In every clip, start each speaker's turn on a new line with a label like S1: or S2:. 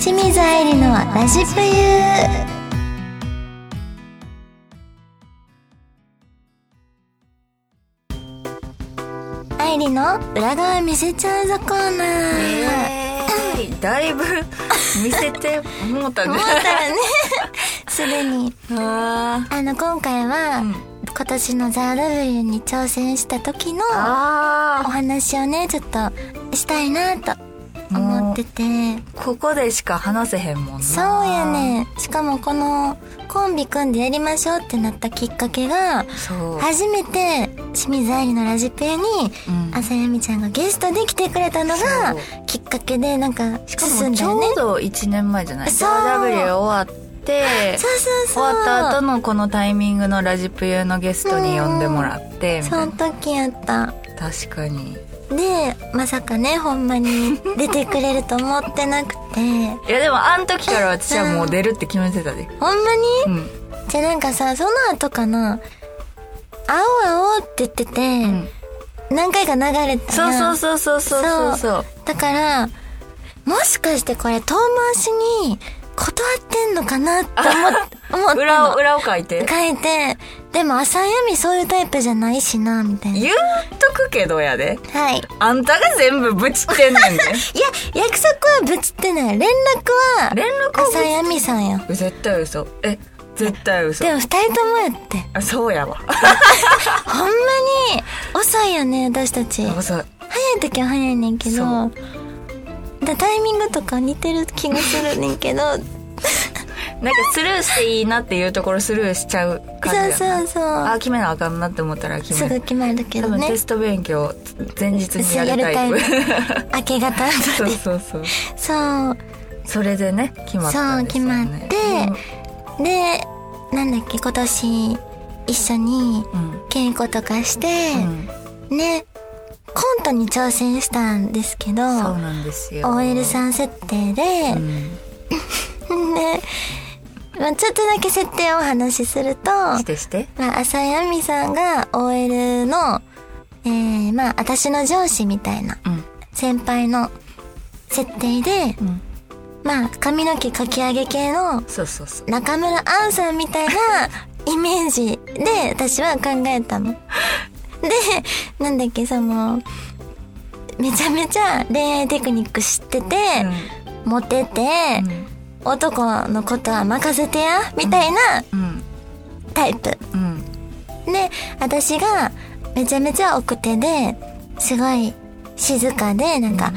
S1: 清水愛理の私ぷゆー愛理の裏側見せちゃうぞコーナー、
S2: えー、だいぶ見せてもうた
S1: 思
S2: ね
S1: ったらねすでに
S2: あ
S1: あの今回は、
S2: ん
S1: 今年の「ザ・ w に挑戦した時の
S2: ーあ
S1: お話をねちょっとしたいなと思ってて
S2: ーここでしか話せへんもんな
S1: そうやねしかもこのコンビ組んでやりましょうってなったきっかけが
S2: そう、
S1: 初めて清水愛理のラジペに
S2: うん
S1: 朝やみちゃんがゲストで来てくれたのが
S2: そう
S1: きっかけでなんか
S2: しか
S1: 進
S2: も
S1: んだ
S2: ち
S1: よね
S2: ょうど1年前じゃない
S1: そう
S2: w 終わって
S1: そうそう
S2: 終
S1: そう
S2: わった後のこのタイミングのラジプユのゲストに呼んでもらってみ
S1: そ
S2: た
S1: の
S2: いな
S1: 時やった
S2: 確かに
S1: でまさかねほんまに出てくれると思ってなくて
S2: いやでもあの時から私はもう出るって決めてたで
S1: ほんまに
S2: うん
S1: じゃあなんかさその後かな「青青」って言ってて、
S2: ん
S1: 何回か流れた
S2: そうそう
S1: う
S2: そうそうそうそうそう
S1: だからもしかしてこれ遠回しに断ってんのかな って思っ思った
S2: 裏
S1: の
S2: を裏を書い て
S1: 書いてでも浅井亜美そういうタイプじゃないしなみたいな
S2: 言っとくけどやで
S1: はいい
S2: あんたが全部ぶちってんねんね
S1: や約束はぶちって ない連絡は
S2: 連絡を
S1: 浅井亜美さんよ
S2: ぶち絶対嘘え絶対嘘
S1: でも二人ともやって
S2: あそうやわ
S1: ほんまに遅いよね私たち
S2: 嘘い
S1: 早い時は早いねんけ
S2: そ
S1: ど
S2: う
S1: だタイミングとか似てる気がするねんけどそう
S2: なんかスルーしていいなっていうところスルーしちゃう 感じやな
S1: そうそ
S2: あ決めなあかんなって思ったら
S1: う
S2: 決
S1: す
S2: め
S1: ぐ
S2: る
S1: 決まるけ
S2: 多
S1: ど
S2: 分
S1: ね
S2: テスト勉強前日にやるタイプ
S1: や明け方まで
S2: そうそうそう
S1: そう
S2: それでね決まったんですよ、
S1: そう
S2: ね、
S1: 決までなんだっけ今年一緒に
S2: うん
S1: 稽古とかして
S2: う、ん、
S1: ねコントに挑戦したんですけど
S2: そうなんですよ
S1: OL さん設定で、
S2: う ん、
S1: で、まあ、ちょっとだけ設定をお話しすると
S2: してして
S1: まあ、浅井亜美さんが OL の、えー、まあ、私の上司みたいな
S2: うん
S1: 先輩の設定で、
S2: うん
S1: まあ、髪の毛かき上げ系の
S2: そうそうそう
S1: 中村杏さんみ たいなイメージで私は考えたの。で、なんだっけ、その、めちゃめちゃ恋愛テクニック知ってて、モテて
S2: う、ん
S1: 男のことは任せてや、みたいな
S2: うん
S1: タイプ。
S2: うん
S1: で私がめちゃめちゃ奥手ですごい静かでなんか、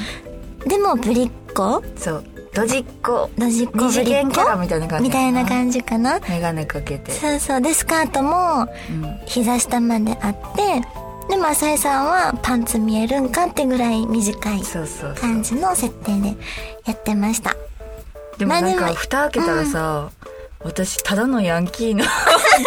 S1: でもぶりっ子
S2: そうドジっ子
S1: ドジっ子
S2: 二
S1: ぶ
S2: 次
S1: りっ
S2: 元キャラ
S1: 子
S2: みたいな感じ
S1: みたいな
S2: じ
S1: 感じかな
S2: メガネかけて
S1: そうそうでスカートも
S2: うん
S1: 膝下まであってでも浅井さんはパンツ見えるんかってぐらい短い
S2: そうそうそう
S1: 感じの設定でやってました
S2: でもなん
S1: まあ
S2: か
S1: でも
S2: 蓋開けたらさ、私ただのヤンキーの ギ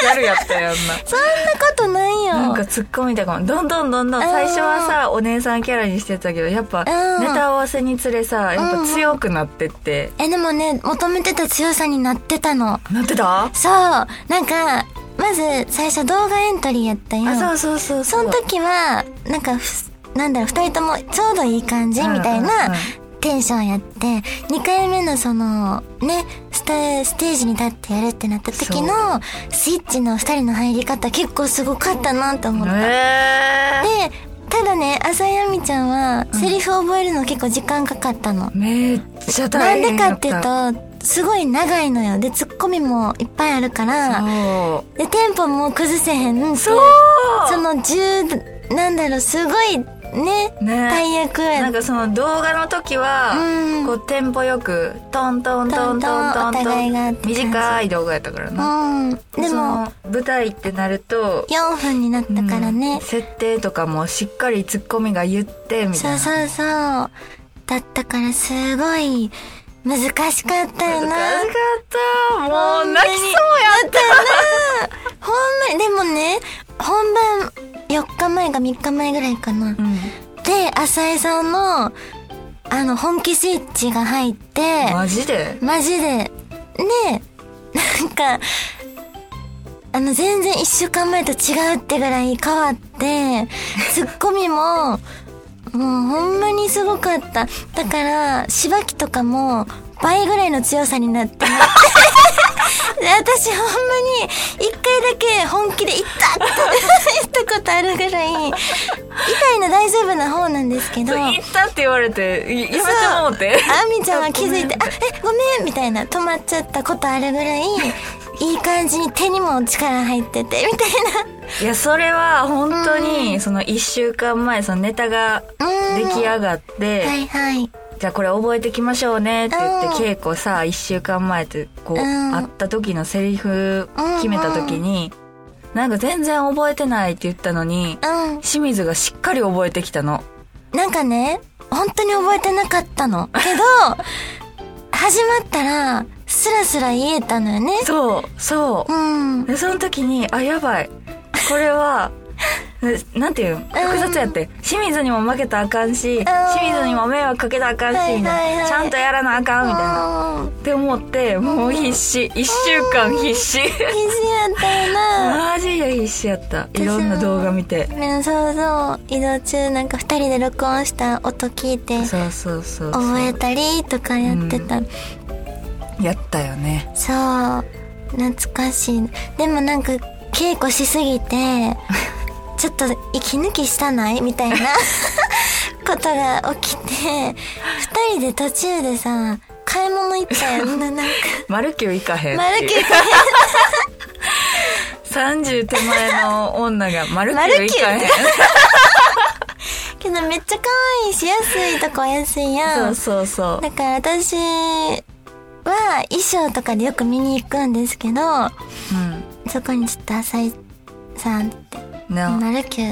S2: ャルやったよ
S1: そんなことないよ
S2: ななんか突っ込みたかもどんどんどんどん
S1: うん
S2: 最初はさお姉さんキャラにしてたけどやっぱネ
S1: ん
S2: タ合わせにつれさやっぱ強くなってって、
S1: えでもね求めてた強さになってたの
S2: なってた
S1: そうなんかまず最初動画エントリーやったよ
S2: あそうそうそう
S1: その時は、なんかふ、なんだろう、二人ともちょうどいい感じみたい
S2: うんうん
S1: な
S2: うん
S1: テンションやって、二回目のその、ね、ステステージに立ってやるってなった時の、スイッチの二人の入り方結構すごかったなと思った。で、
S2: え
S1: ただね、浅井亜美ちゃんは、セリフ覚えるの結構時間かかったの。
S2: ー、めっちゃ
S1: な
S2: 大
S1: ん
S2: 変
S1: で
S2: や
S1: か
S2: っ
S1: ったていうと、すごい長いのよ。で、ツッコミもいっぱいあるから、
S2: そう
S1: で、テンポも崩せへんっていう
S2: そう
S1: その十なんだろうすごいね
S2: ね
S1: 大役
S2: な
S1: や
S2: んかその動画の時は、
S1: うん
S2: こうテンポよくトントントントントン
S1: トントンお互いが
S2: ト
S1: っ
S2: ン
S1: て感じ
S2: 短い動画やったからな、
S1: うんで
S2: そ
S1: も
S2: の舞台ってなると
S1: 4分になったから
S2: うん
S1: ね、
S2: 設定とかもしっかりツッコミが言ってみたい
S1: そう
S2: な
S1: そうそうだったからすごい難しかったよ
S2: 難し
S1: な
S2: かったもう泣きそうやった
S1: ほんまにでもね本番4日前か3日前ぐらいかな、で浅井さんのあの本気スイッチが入って
S2: うんマジで
S1: マジで。ねえ、なんか、あの、全然一週間前と違うってぐらい変わって、ツッコミも、もうほんまにすごかった。だから、しばきとかも、倍ぐらいの強さになって、で私ほんまに、一回だけ本気で痛っって言ったことあるぐらい、痛いの大丈夫な方なんですけど、
S2: 行ったって言われて、いやめてもうて。
S1: あみちゃんは気づいて、あ、え、ごめんみたいな、止まっちゃったことあるぐらい、いい感じに手にも力入ってて、みたい
S2: いや、それは本当に、その一週間前、そのネタが
S1: うん
S2: 出来上がって、
S1: な。はいはい。
S2: じゃあこれ覚えてきましょうねって言って、
S1: うん
S2: 稽古さ、一週間前って、こう、
S1: うん
S2: 会った時のセリフ決めた時に、なんか全然覚えてないって言ったのに、
S1: うん。
S2: 清水がしっかり覚えてきたの。
S1: なんかね、本当に覚えてなかった の。けど、始まったら、スラスラ言えたのよね。
S2: そう、そう
S1: う。ん。
S2: でその時にあやばいこれは えなんていうの複雑やって清水にも負けたらあかんし清水にも迷惑かけたらあかんし、
S1: はいはいはい
S2: ちゃんとやらなあかんみたいな
S1: うん
S2: って思ってもう必死1週間必死
S1: 必死やったよな。
S2: マジで必死やったいろんな動画見て
S1: ねそうそう。移動中なんか二人で録音した音聞いて、
S2: そうそうそうそう
S1: 覚えたりとかやってた。
S2: やったよね
S1: そう懐かしいでもなんか稽古しすぎ てちょっと息抜きしたないみたいな ことが起きて二人で途中でさ買い物行ったよななんか
S2: 丸九いかへん
S1: 丸
S2: って
S1: 九
S2: いう30手前の女が丸九いかへん
S1: けどめっちゃ可愛いし安いとこ安いや
S2: そ
S1: ん
S2: うそうそう
S1: だから私は衣装とかでよく見に行くんですけどそこにちょっと浅井さんって
S2: う
S1: 「
S2: んな
S1: 丸九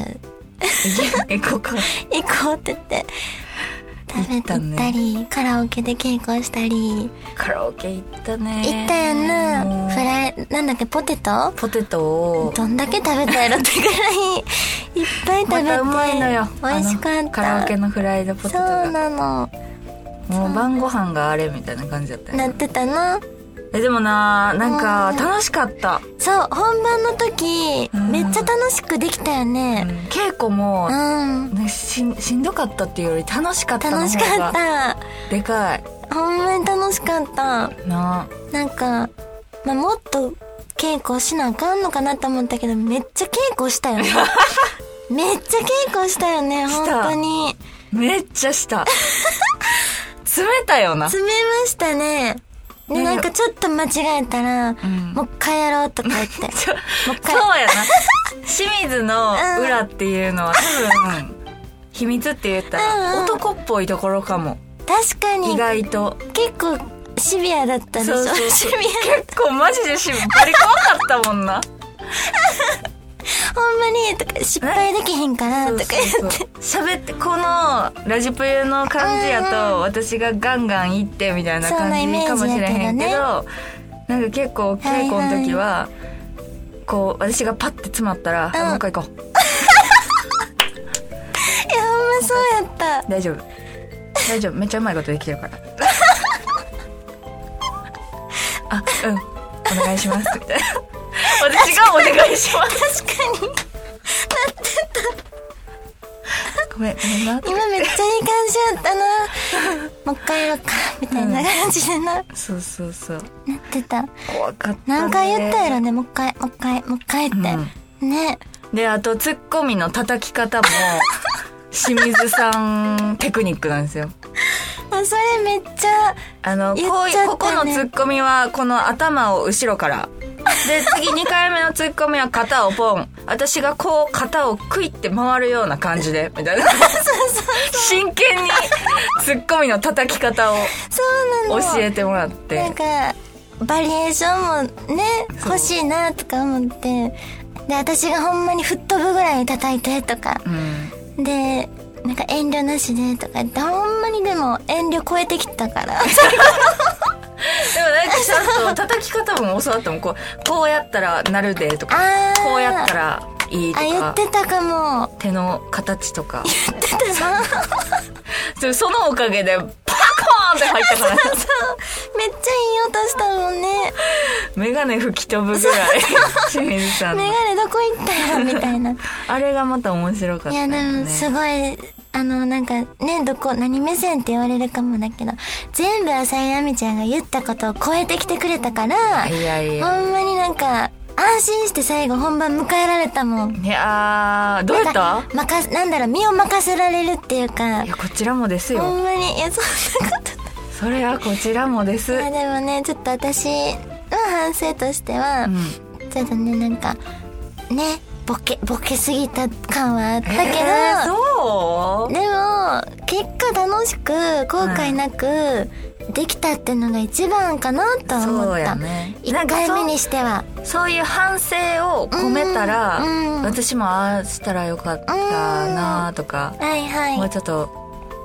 S2: えここ
S1: 行こうって言って食べ
S2: 行ってたね
S1: 行ったりカラオケで稽古したり
S2: カラオケ行ったね
S1: 行ったよ
S2: も
S1: な
S2: う
S1: フライなんだっけポテト
S2: ポテトを
S1: どんだけ食べたやろってぐらい いっぱい食べて
S2: またうまいのよ
S1: 美味しか
S2: あ
S1: っ
S2: の
S1: た
S2: カラオケのフライドポテト
S1: そう
S2: が
S1: なの
S2: もう晩ご飯があれみたいな感じだったよ
S1: なってたな
S2: えでもななん
S1: うん
S2: か楽しかった、
S1: そう本番の時
S2: うん
S1: めっちゃ楽しくできたよ
S2: うん
S1: ね
S2: 稽古も
S1: う、ん
S2: ね、しんしんどかったっていうより楽しかったの
S1: 楽しか
S2: 方
S1: っ
S2: が
S1: た
S2: でかい
S1: ほんまに楽しかった
S2: な
S1: なんか、まあ、もっと稽古しなあかんのかなと思ったけど、めっちゃ稽古したよ ね。めっちゃ稽古したよね、
S2: し
S1: 本
S2: た
S1: 当に。
S2: めっちゃした 詰めたよな、
S1: 詰めましたね。で、
S2: ね
S1: なんかちょっと間違えたら、
S2: ん
S1: もう一回やろうとか 言って。
S2: ちょ
S1: もう一
S2: そう
S1: 回。
S2: やな 清水の裏っていうのは多分秘密って言った
S1: うんう
S2: ら
S1: ん
S2: 男っぽいところかも
S1: 確か
S2: 意
S1: に、
S2: 外と
S1: 結構シビアだったでしょ。
S2: そうそうそう
S1: シビ
S2: 結構マジでしバリ怖かったもんな
S1: ア、ほんまに、とか、失敗できへんから、とか言って。
S2: そうそう喋ってこのラジプユの感じや
S1: うんう
S2: と私がガンガン行ってみたいな
S1: そんなイ
S2: 感
S1: メ
S2: じ
S1: ージ
S2: かもしれへんけど
S1: や
S2: なんか結構稽古の時は、こう私がパッて詰まったら、
S1: うん
S2: もう一回行こう
S1: いや、ほんまそうやった。
S2: 大丈夫大丈夫めっちゃうまいことできてる からあうんお願いしますみたいな私がお願いします
S1: 確かに。
S2: ごめんごめんな
S1: 今めっちゃいい感じだった なもう一回やろうかみたいな感じでな、
S2: そうそうそう
S1: なってた
S2: 怖かった、ね、
S1: 何回言ったやろねもう一回もう一回もう一回って、ね
S2: であとツッコミの叩き 方も清水さんテクニックなんですよ
S1: あそれめっちゃ
S2: あの
S1: 言っ
S2: こうい
S1: ちゃったね
S2: ここのツッコミはこの頭を後ろからで次2回目のツッコミは肩をポン私がこう肩をクイって回るような感じでみたいな真剣にツッコミの叩き方を
S1: そうなの
S2: 教えてもらっ
S1: な
S2: て
S1: んかバリエーションもね欲しいなとか思ってで私がほんまに吹っ飛ぶぐらい叩いてとか
S2: うん
S1: でなんか遠慮なしでとか言ってほんまにでも遠慮超えてきた から
S2: でも大吉さんと叩き方も教わってもんこうこうやったらなるでとか
S1: あー
S2: こうやったらいいと
S1: あ言
S2: か
S1: ってたかも
S2: 手の形とか
S1: 言ってたな
S2: そそのおかげでパコーンって入ったから
S1: そうめっちゃいい音したもんね
S2: 眼鏡吹き飛ぶぐらい清水さん
S1: メ
S2: の
S1: ガネどこ行ったよみたいな
S2: あれがまた面白かっ
S1: い
S2: た
S1: や
S2: よ
S1: で
S2: ね
S1: もすごいあの、なんかね、どこ、何目線って言われるかもだけど、全部浅井亜美ちゃんが言ったことを超えてきてくれたから、
S2: いやいや。
S1: ほんまになんか、安心して最後本番迎えられたもん。
S2: いやーどうやった
S1: なんか任せなんだろう、身を任せられるっていうか
S2: い、や、こちらもですよ。
S1: ほんまに、いや、そんなことない
S2: それはこちらもです。う
S1: まあでもね、ちょっと私は反省としては、
S2: ん。
S1: ちょっとね、なんか、ね、ボケ、ボケすぎた感はあったけど、
S2: えーそう
S1: でも結果楽しく後悔なくできたってのが一番かなとは思
S2: そう
S1: った
S2: やね
S1: 一
S2: なんか
S1: 回
S2: そう
S1: 目にしては
S2: そういう反省を込めたら、
S1: うんうん
S2: 私もああしたらよかったなとか、
S1: はいはい
S2: もうちょっと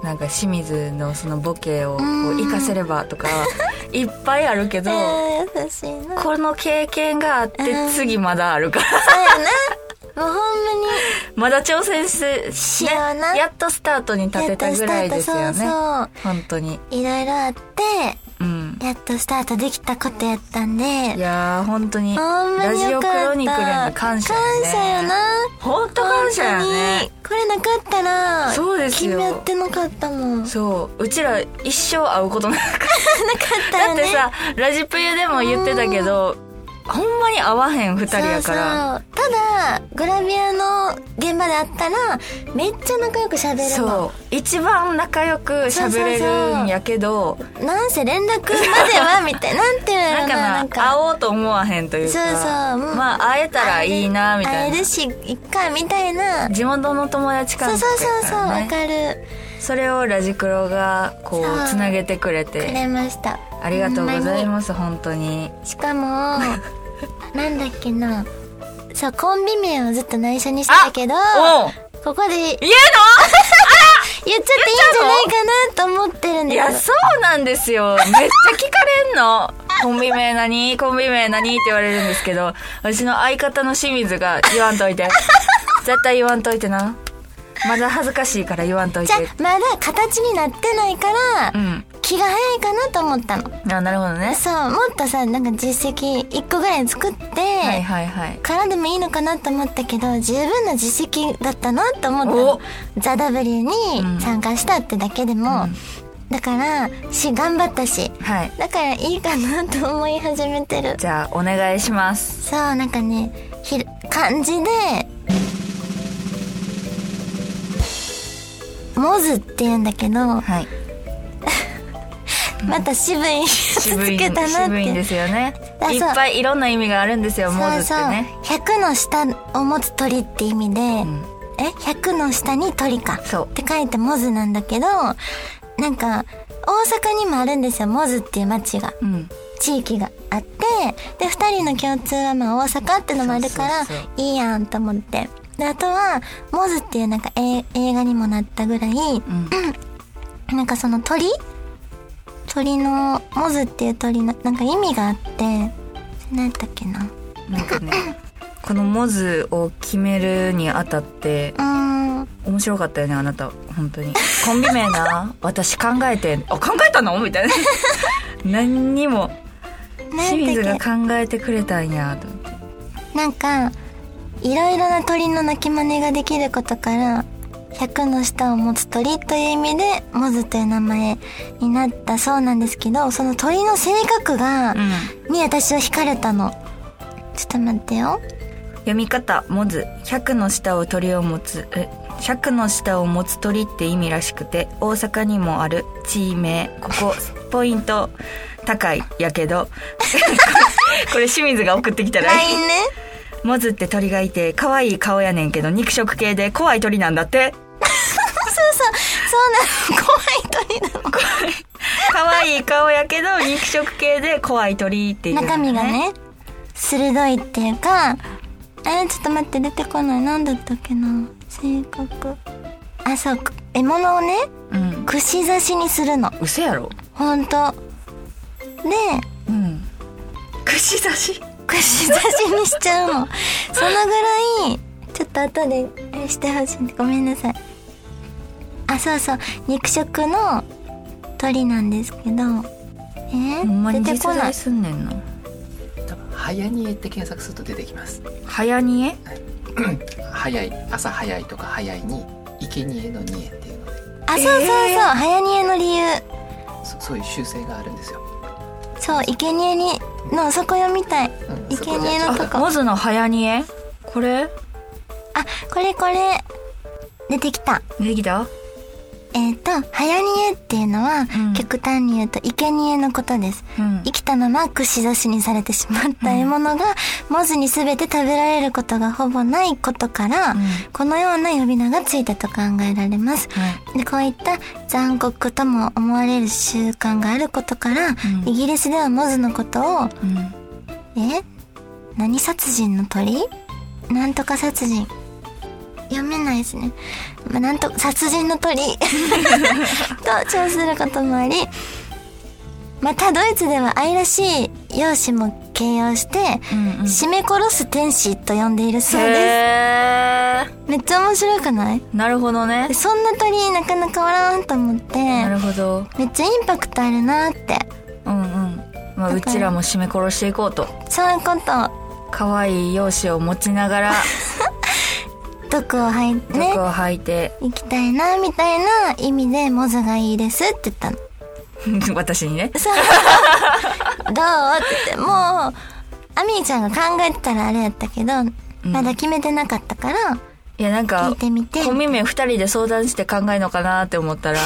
S2: なんか清水のそのボケをこ
S1: う
S2: うん活かせれば とか、いっぱいあるけど、
S1: あー優しいな
S2: こ の経験があって
S1: うん
S2: 次まだあるから、
S1: そうやなもうほんまに
S2: まだ挑戦して
S1: しような
S2: やっとスタートに立てたぐらいですよね
S1: やっとスタートそう
S2: 本当に
S1: そういろいろあって
S2: うん
S1: やっとスタートできたことやったんで
S2: いやー本当に
S1: ほんま
S2: ラ
S1: に
S2: ジ
S1: よ
S2: オ
S1: か
S2: ク
S1: った
S2: ロニクルに感謝やね
S1: 感謝よな
S2: 本当感謝やね
S1: 本当にこれなかったら
S2: そうですよ
S1: 君やってなかったもん
S2: そううちら一生会うことなかっ
S1: なかったた
S2: だ
S1: よ
S2: って
S1: ね
S2: さラジプユでも言ってたけどほんまに会わへん二人やから
S1: そうそうただグラビアの現場で会ったらめっちゃ仲良く喋るの
S2: そう一番仲良く喋れるんやけど
S1: なんせ連絡まで はみたいななんていうのや
S2: な
S1: ろ
S2: んか
S1: な
S2: な
S1: なん
S2: 会
S1: か
S2: おうと思わへんというか
S1: そうそううん
S2: まあ会えたらいいなみたい
S1: 会え
S2: な
S1: るしいっかみたいな
S2: 地元の友達
S1: そう
S2: 関係
S1: そうそう
S2: や
S1: そう
S2: から
S1: わ
S2: ね
S1: かる
S2: それをラジクロがこう
S1: そう
S2: つなげてくれ
S1: く
S2: て
S1: れました
S2: ありがとうござい
S1: ほん
S2: ます本当
S1: に
S2: に
S1: しか もなんだっけなそうコンビ名をずっと内緒にしてたけど
S2: おう
S1: ここで言っちゃっていいん
S2: 言う
S1: じゃないかなと思ってるんだ
S2: の
S1: け
S2: い
S1: ど
S2: やそうなんですよめっちゃ聞かれ んのコンビ名何コンビ名何って言われるんですけど私の相方の清水が言わんといて 絶対言わんといてなまだ恥ずかしいから言わんとい
S1: じ
S2: て
S1: ゃあまだ形になってないから、
S2: うん
S1: 気が早いかなと思ったの
S2: あなるほどね
S1: そうもっとさなんか実績1個ぐらい作って、
S2: はいはいはい
S1: からでもいいのかなと思ったけど十分な実績だったなと思った
S2: お
S1: の「ザ・ w に
S2: うん
S1: 参加したってだけでも、だからし頑張ったし
S2: はい
S1: だからいいかなと思い始めてる
S2: じゃあお願いします
S1: そうなんかねひ漢字で「モズ」って言うんだけど
S2: はい
S1: また渋いやつつ
S2: 渋い
S1: けたなっ
S2: 渋いん
S1: て
S2: ですよね
S1: あそう
S2: いっぱいいろんな意味があるんですよモー
S1: そ
S2: ズ
S1: う
S2: って
S1: そう
S2: ね
S1: 100の下を持つ鳥って意味で、
S2: ん
S1: え100の下に鳥か
S2: そう
S1: って書いてモズなんだけどなんか大阪にもあるんですよモズっていう町が
S2: うん
S1: 地域があってで2人の共通はまあ大阪ってのもあるから
S2: そうそうそ
S1: いいやんと思ってであとはモズっていうなんかえ映画にもなったぐらい、
S2: うん
S1: なんかその鳥鳥のモズっていう鳥のなんか意味があって何だっけな
S2: なんかねこのモズを決めるにあたって
S1: うーん
S2: 面白かったよねあなた本当にコンビ名 な私考えてんあ考えたのみたいな 何にも
S1: な
S2: 清
S1: ん
S2: 水
S1: だ
S2: が
S1: っけ
S2: 考えてくれたんやと思って
S1: なんかいろいろな鳥の鳴き真似ができることから100の舌を持つ鳥という意味でモズという名前になったそうなんですけどその鳥の性格が、
S2: うん
S1: に私は惹かれたのちょっと待ってよ
S2: 読み方モズ100の下を鳥を持つえ100の下を持つ鳥って意味らしくて大阪にもある地名ここポイント高いやけど これこれ清水が送ってきたら
S1: LINE ね
S2: モズって鳥がいて可愛い顔やねんけど肉食系で怖い鳥なんだって
S1: そうそうそうなの怖い鳥なの
S2: 可愛い顔やけど肉食系で怖い鳥っていうの、
S1: 中身がね鋭いっていうかえちょっと待って出てこない何だったっけな性格あそうか獲物をね
S2: うん
S1: 串刺しにするの
S2: 嘘やろ
S1: ほんとで
S2: うん串刺し
S1: 串刺しにしちゃうのそのぐらいちょっと後であれしてほしいんでごめんなさいあそうそう肉食の鳥なんですけどえ
S2: ほんま
S1: ー、
S2: に
S1: 出てこ
S2: 実
S1: ない
S2: 在すんねんな
S3: 多分早煮えって検索すると出てきます
S2: 早煮え
S3: 早い朝早いとか早いに生贄の煮えっていうの
S1: あ、そうそうそう、早煮えの理由。
S3: そそういう習性があるんですよ、
S1: そう、生贄に、の底読みたい。
S3: うん、そこ
S1: 生
S3: じ
S1: 贄
S3: ゃ
S1: の
S3: ち
S1: と
S3: ょっ
S1: こ。
S2: モズの早煮えこれ
S1: あ、これこれ。出てきた。
S2: できた
S1: えっ、と、早煮えっていうのは、
S2: うん
S1: 極端に言うと、生贄のことです。
S2: うん
S1: 生きたまま串刺しにされてしまった獲物が、モズに全て食べられることがほぼないことから、
S2: うん
S1: このような呼び名がついたと考えられます。でこういった残酷とも思われる習慣があることから、
S2: ん
S1: イギリスではモズのことを
S2: うん
S1: え何殺人の鳥なんとか殺人読めないですね、まあ、なんと殺人の 鳥と称することもありまたドイツでは愛らしい容姿も形容して、
S2: うんうん
S1: 締め殺す天使と呼んでいるそうで
S2: へえ
S1: すめっちゃ面白くない
S2: なるほどね
S1: でそんな鳥なかなかおらんと思って
S2: なるほど
S1: めっちゃインパクトあるなって
S2: うんうんまあうちらも締め殺していこうと
S1: そういうこと
S2: 可愛い容姿を持ちながら
S1: 毒を吐いて
S2: 毒
S1: ね
S2: を吐いて
S1: 行きたいなみたいな意味でモズがいいですって言ったの。
S2: 私にね
S1: そうどうって言ってもうアミーちゃんが考えてたらあれやったけど、まだ決めてなかったから
S2: いやなん
S1: 聞
S2: か
S1: いてみて
S2: コンビ名二人で相談して考えるのかなって思っ たら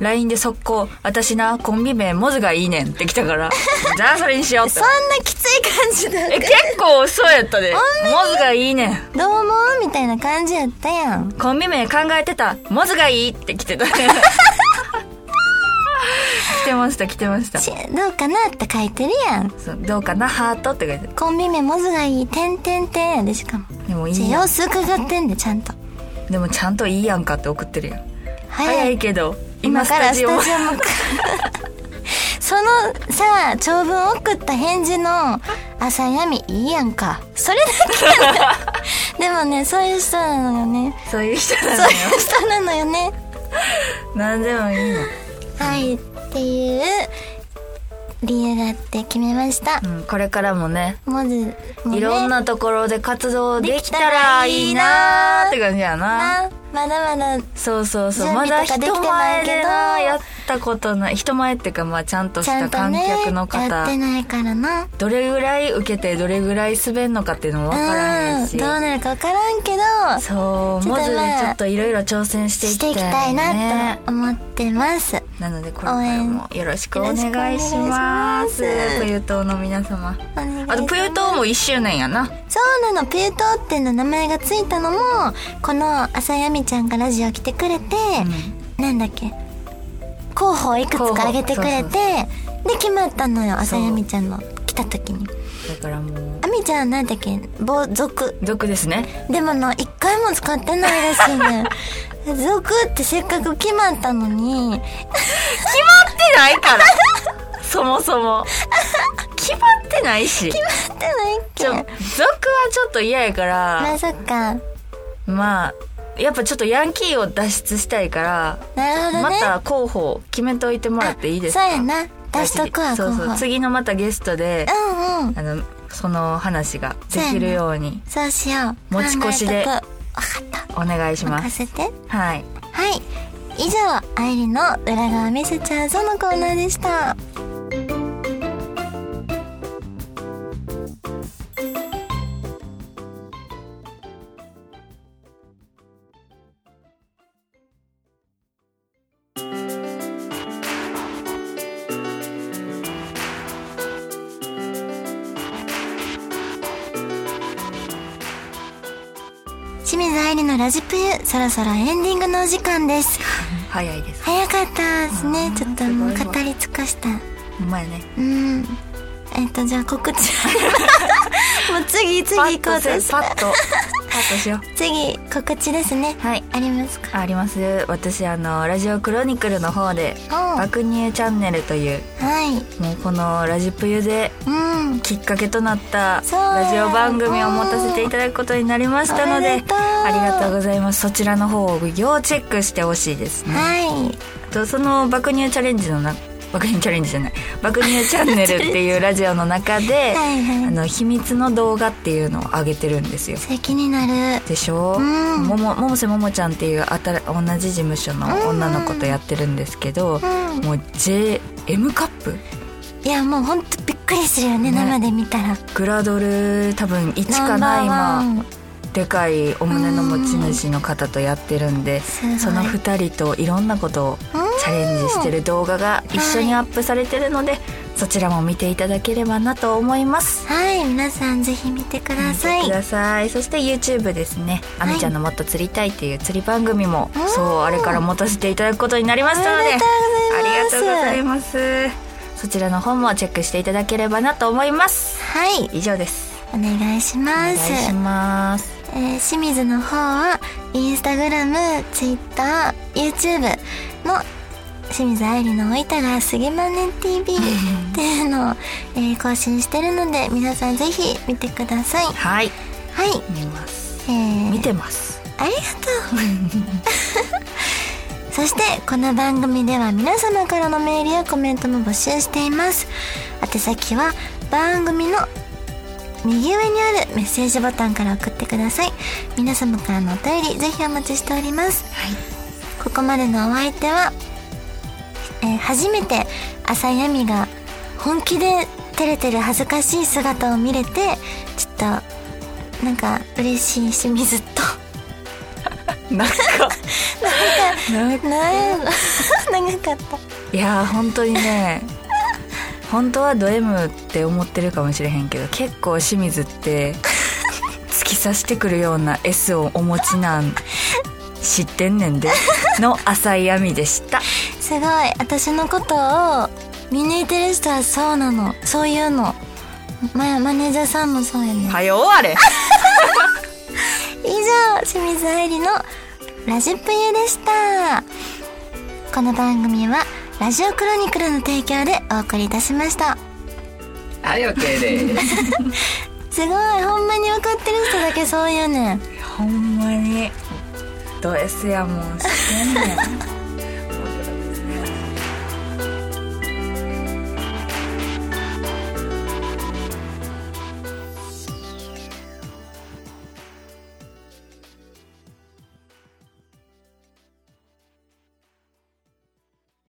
S2: LINE で速攻「私なコンビ名モズがいいねん」ってきた から「じゃあそれにしよう」って
S1: そんなきつい感じだっ
S2: え
S1: て
S2: 結構そうやったでモズがいいねん
S1: どう思うみたいな感じやったやん
S2: コンビ名考えてたモズがいいって来てた 来てました来てました
S1: しどうかなって書いてるやん
S2: そうどうかなハートって書いて
S1: コンビ名モズがいい点点点やでしかも
S2: でもい
S1: じ
S2: い
S1: ゃあ
S2: よ
S1: 様子伺ってんでちゃんと
S2: でもちゃんといいやんかって送ってるやん
S1: 早
S2: 早
S1: い
S2: いけど
S1: 今
S2: 今
S1: か
S2: からら
S1: スタジ
S2: ス
S1: オ
S2: タ
S1: 向
S2: ジ
S1: かうそのさ長文送った返事の朝闇いいやんかそれだけやねでもねそういう人なのよね
S2: オそういう人なの
S1: そう
S2: よ
S1: いう人なのよね
S2: 何でもいいの
S1: はいっていう理由があって決めました、
S2: うん、これからもね
S1: まずもうね
S2: いろんなところで活動できたらいいなーって感じやな
S1: あまだまだ
S2: そうそうそう
S1: 準
S2: ま
S1: 備
S2: だ
S1: とかでき
S2: 人
S1: てない
S2: 前
S1: けど
S2: でなやったことない人前っていうかまあちゃんとし
S1: ちゃ
S2: た
S1: んと
S2: 観
S1: ね
S2: 客の
S1: や
S2: 方
S1: ってないからな
S2: どれぐらい受けてどれぐらい滑るのかっていうのもわからへ
S1: うん
S2: んし
S1: どうなるか分からんけど
S2: そう
S1: ちょっと
S2: モズに
S1: まあ
S2: ちょっといろいろ挑戦してい
S1: して
S2: きたい,、
S1: いきたいな
S2: ね、
S1: と思ってます
S2: なのでこれからもよろしくお願いします
S1: よろしくお願いします
S2: プユ島の皆様
S1: お願いします
S2: あとプユ島も1周年やな
S1: そうなの、ピュートっていうの名前がついたのも、この朝やみちゃんがラジオ来てくれて、なんだっけ、候補をいくつ
S2: 候補
S1: か挙げてくれて、
S2: そう
S1: で、決まったのよ、朝やみちゃんの来た時に。
S2: だからもう
S1: あみちゃんなんだっけ、ぼ、族。
S2: 毒ですね
S1: でもの、一回も使ってないらしいね。 族ってせっかく決まったのに、
S2: 決まってないからそもそも決まってないし
S1: 使ってないっけ
S2: ちょ族はちょっと嫌やから、
S1: まあそっか。
S2: まあやっぱちょっとヤンキーを脱出したいから、
S1: なるほど
S2: ま
S1: ね。
S2: た候補決めといてもらっていいですか
S1: そうやな。出しとくわ、
S2: そうそう
S1: 候補
S2: 次のまたゲストで、
S1: うんうん。
S2: あのその話ができるように
S1: そうしよう。
S2: 持ち越しで
S1: 考えとくわかっ。
S2: お願いしたま
S1: 任
S2: す
S1: せて。
S2: はい
S1: はい。以上、愛理の裏側見せちゃうぞのコーナーでした。清水愛理のラジプユ、そろそろエンディングのお時間です。
S2: 早いです
S1: 早かったですね。ちょっともう
S2: す
S1: 語
S2: ごいわ
S1: り尽くした。
S2: ほんまやね
S1: うん。えっと、じゃあ告 知。もう次、次
S2: パ
S1: 行
S2: ッ
S1: こう
S2: と
S1: と
S2: せ
S1: し
S2: パ
S1: た
S2: ッ。とパッとしよう
S1: 次、告知ですね。
S2: はい
S1: ありますか
S2: あります私あのラジオクロニクルの方で「
S1: うん
S2: 爆乳チャンネル」という
S1: はい。
S2: もうこのラジプユで
S1: うん。
S2: きっかけとなった
S1: そう
S2: ラジオ番組を持たせていただくことになりましたの
S1: おめ
S2: で
S1: でとう
S2: ありがとうございますそちらの方を要チェックしてほしいですね
S1: はい。
S2: とその爆乳チャレンジのな爆乳チャレンジじゃない爆乳チャンネルっていうラジオの中で
S1: はいはい
S2: あの秘密の動画っていうのを上げてるんですよ
S1: それ気になる
S2: でしょ
S1: うん
S2: もももせももちゃんっていうあた同じ事務所の女の子とやってるんですけど、
S1: うん
S2: もう JM カップ
S1: いやもうほんとびっくりするよね
S2: ね
S1: 生で見たら
S2: グラドル多分1
S1: ナ
S2: か
S1: ン
S2: な
S1: バーワ
S2: 今
S1: ン
S2: でかいお胸の持ち主の方とやってるんで、
S1: すごい
S2: その2人といろんなことをチャレンジしてる動画が一緒にアップされてるので、そちらも見ていただければなと思います。
S1: はい皆さんぜひ見てくださ
S2: 見て
S1: い
S2: くださいそして YouTube ですね、
S1: い
S2: あみちゃんのもっと釣りたいっていう釣り番組も
S1: うん
S2: そうあれから持たせていただくことになりましたので
S1: おめでとうございます
S2: ありがとうございますそちらの方もチェックしていただければなと思います
S1: はい
S2: 以上です
S1: お願いし
S2: お願
S1: ま
S2: い
S1: す
S2: します
S1: えー清水の方はインスタグラムツイッター YouTube の清水愛理のおいたがすぎまねん TV っていうのを、えー更新してるので皆さんぜひ見てくださいは
S2: はい
S1: い、
S2: 見ます
S1: えー、
S2: 見てます
S1: ありがとう そしてこの番組では皆様からのメールやコメントも募集しています宛先は番組の右上にあるメッセージボタンから送ってください皆様からのお便りぜひお待ちしております、ここまでのお相手は、えー初めて朝やみが本気で照れてる恥ずかしい姿を見れてちょっとなんか嬉しい清水と
S2: なんか なんか
S1: なん長かった
S2: いやー本当にね本当はド M って思ってるかもしれへんけど結構清水って突き刺してくるような S をお持ちなん知ってんねんでの浅い闇でした
S1: すごい私のことを見抜いてる人はそうなのそういうのまマネージャーさんもそうやね
S2: はよ終われ
S1: 以上清水愛理のラジプユでしたこの番組はラジオクロニクルの提供でお送りいたしました
S3: はい OK です
S1: すごいほんまに分かってる人だけそう言うねん
S2: ほんまにド S やもん知ってんねん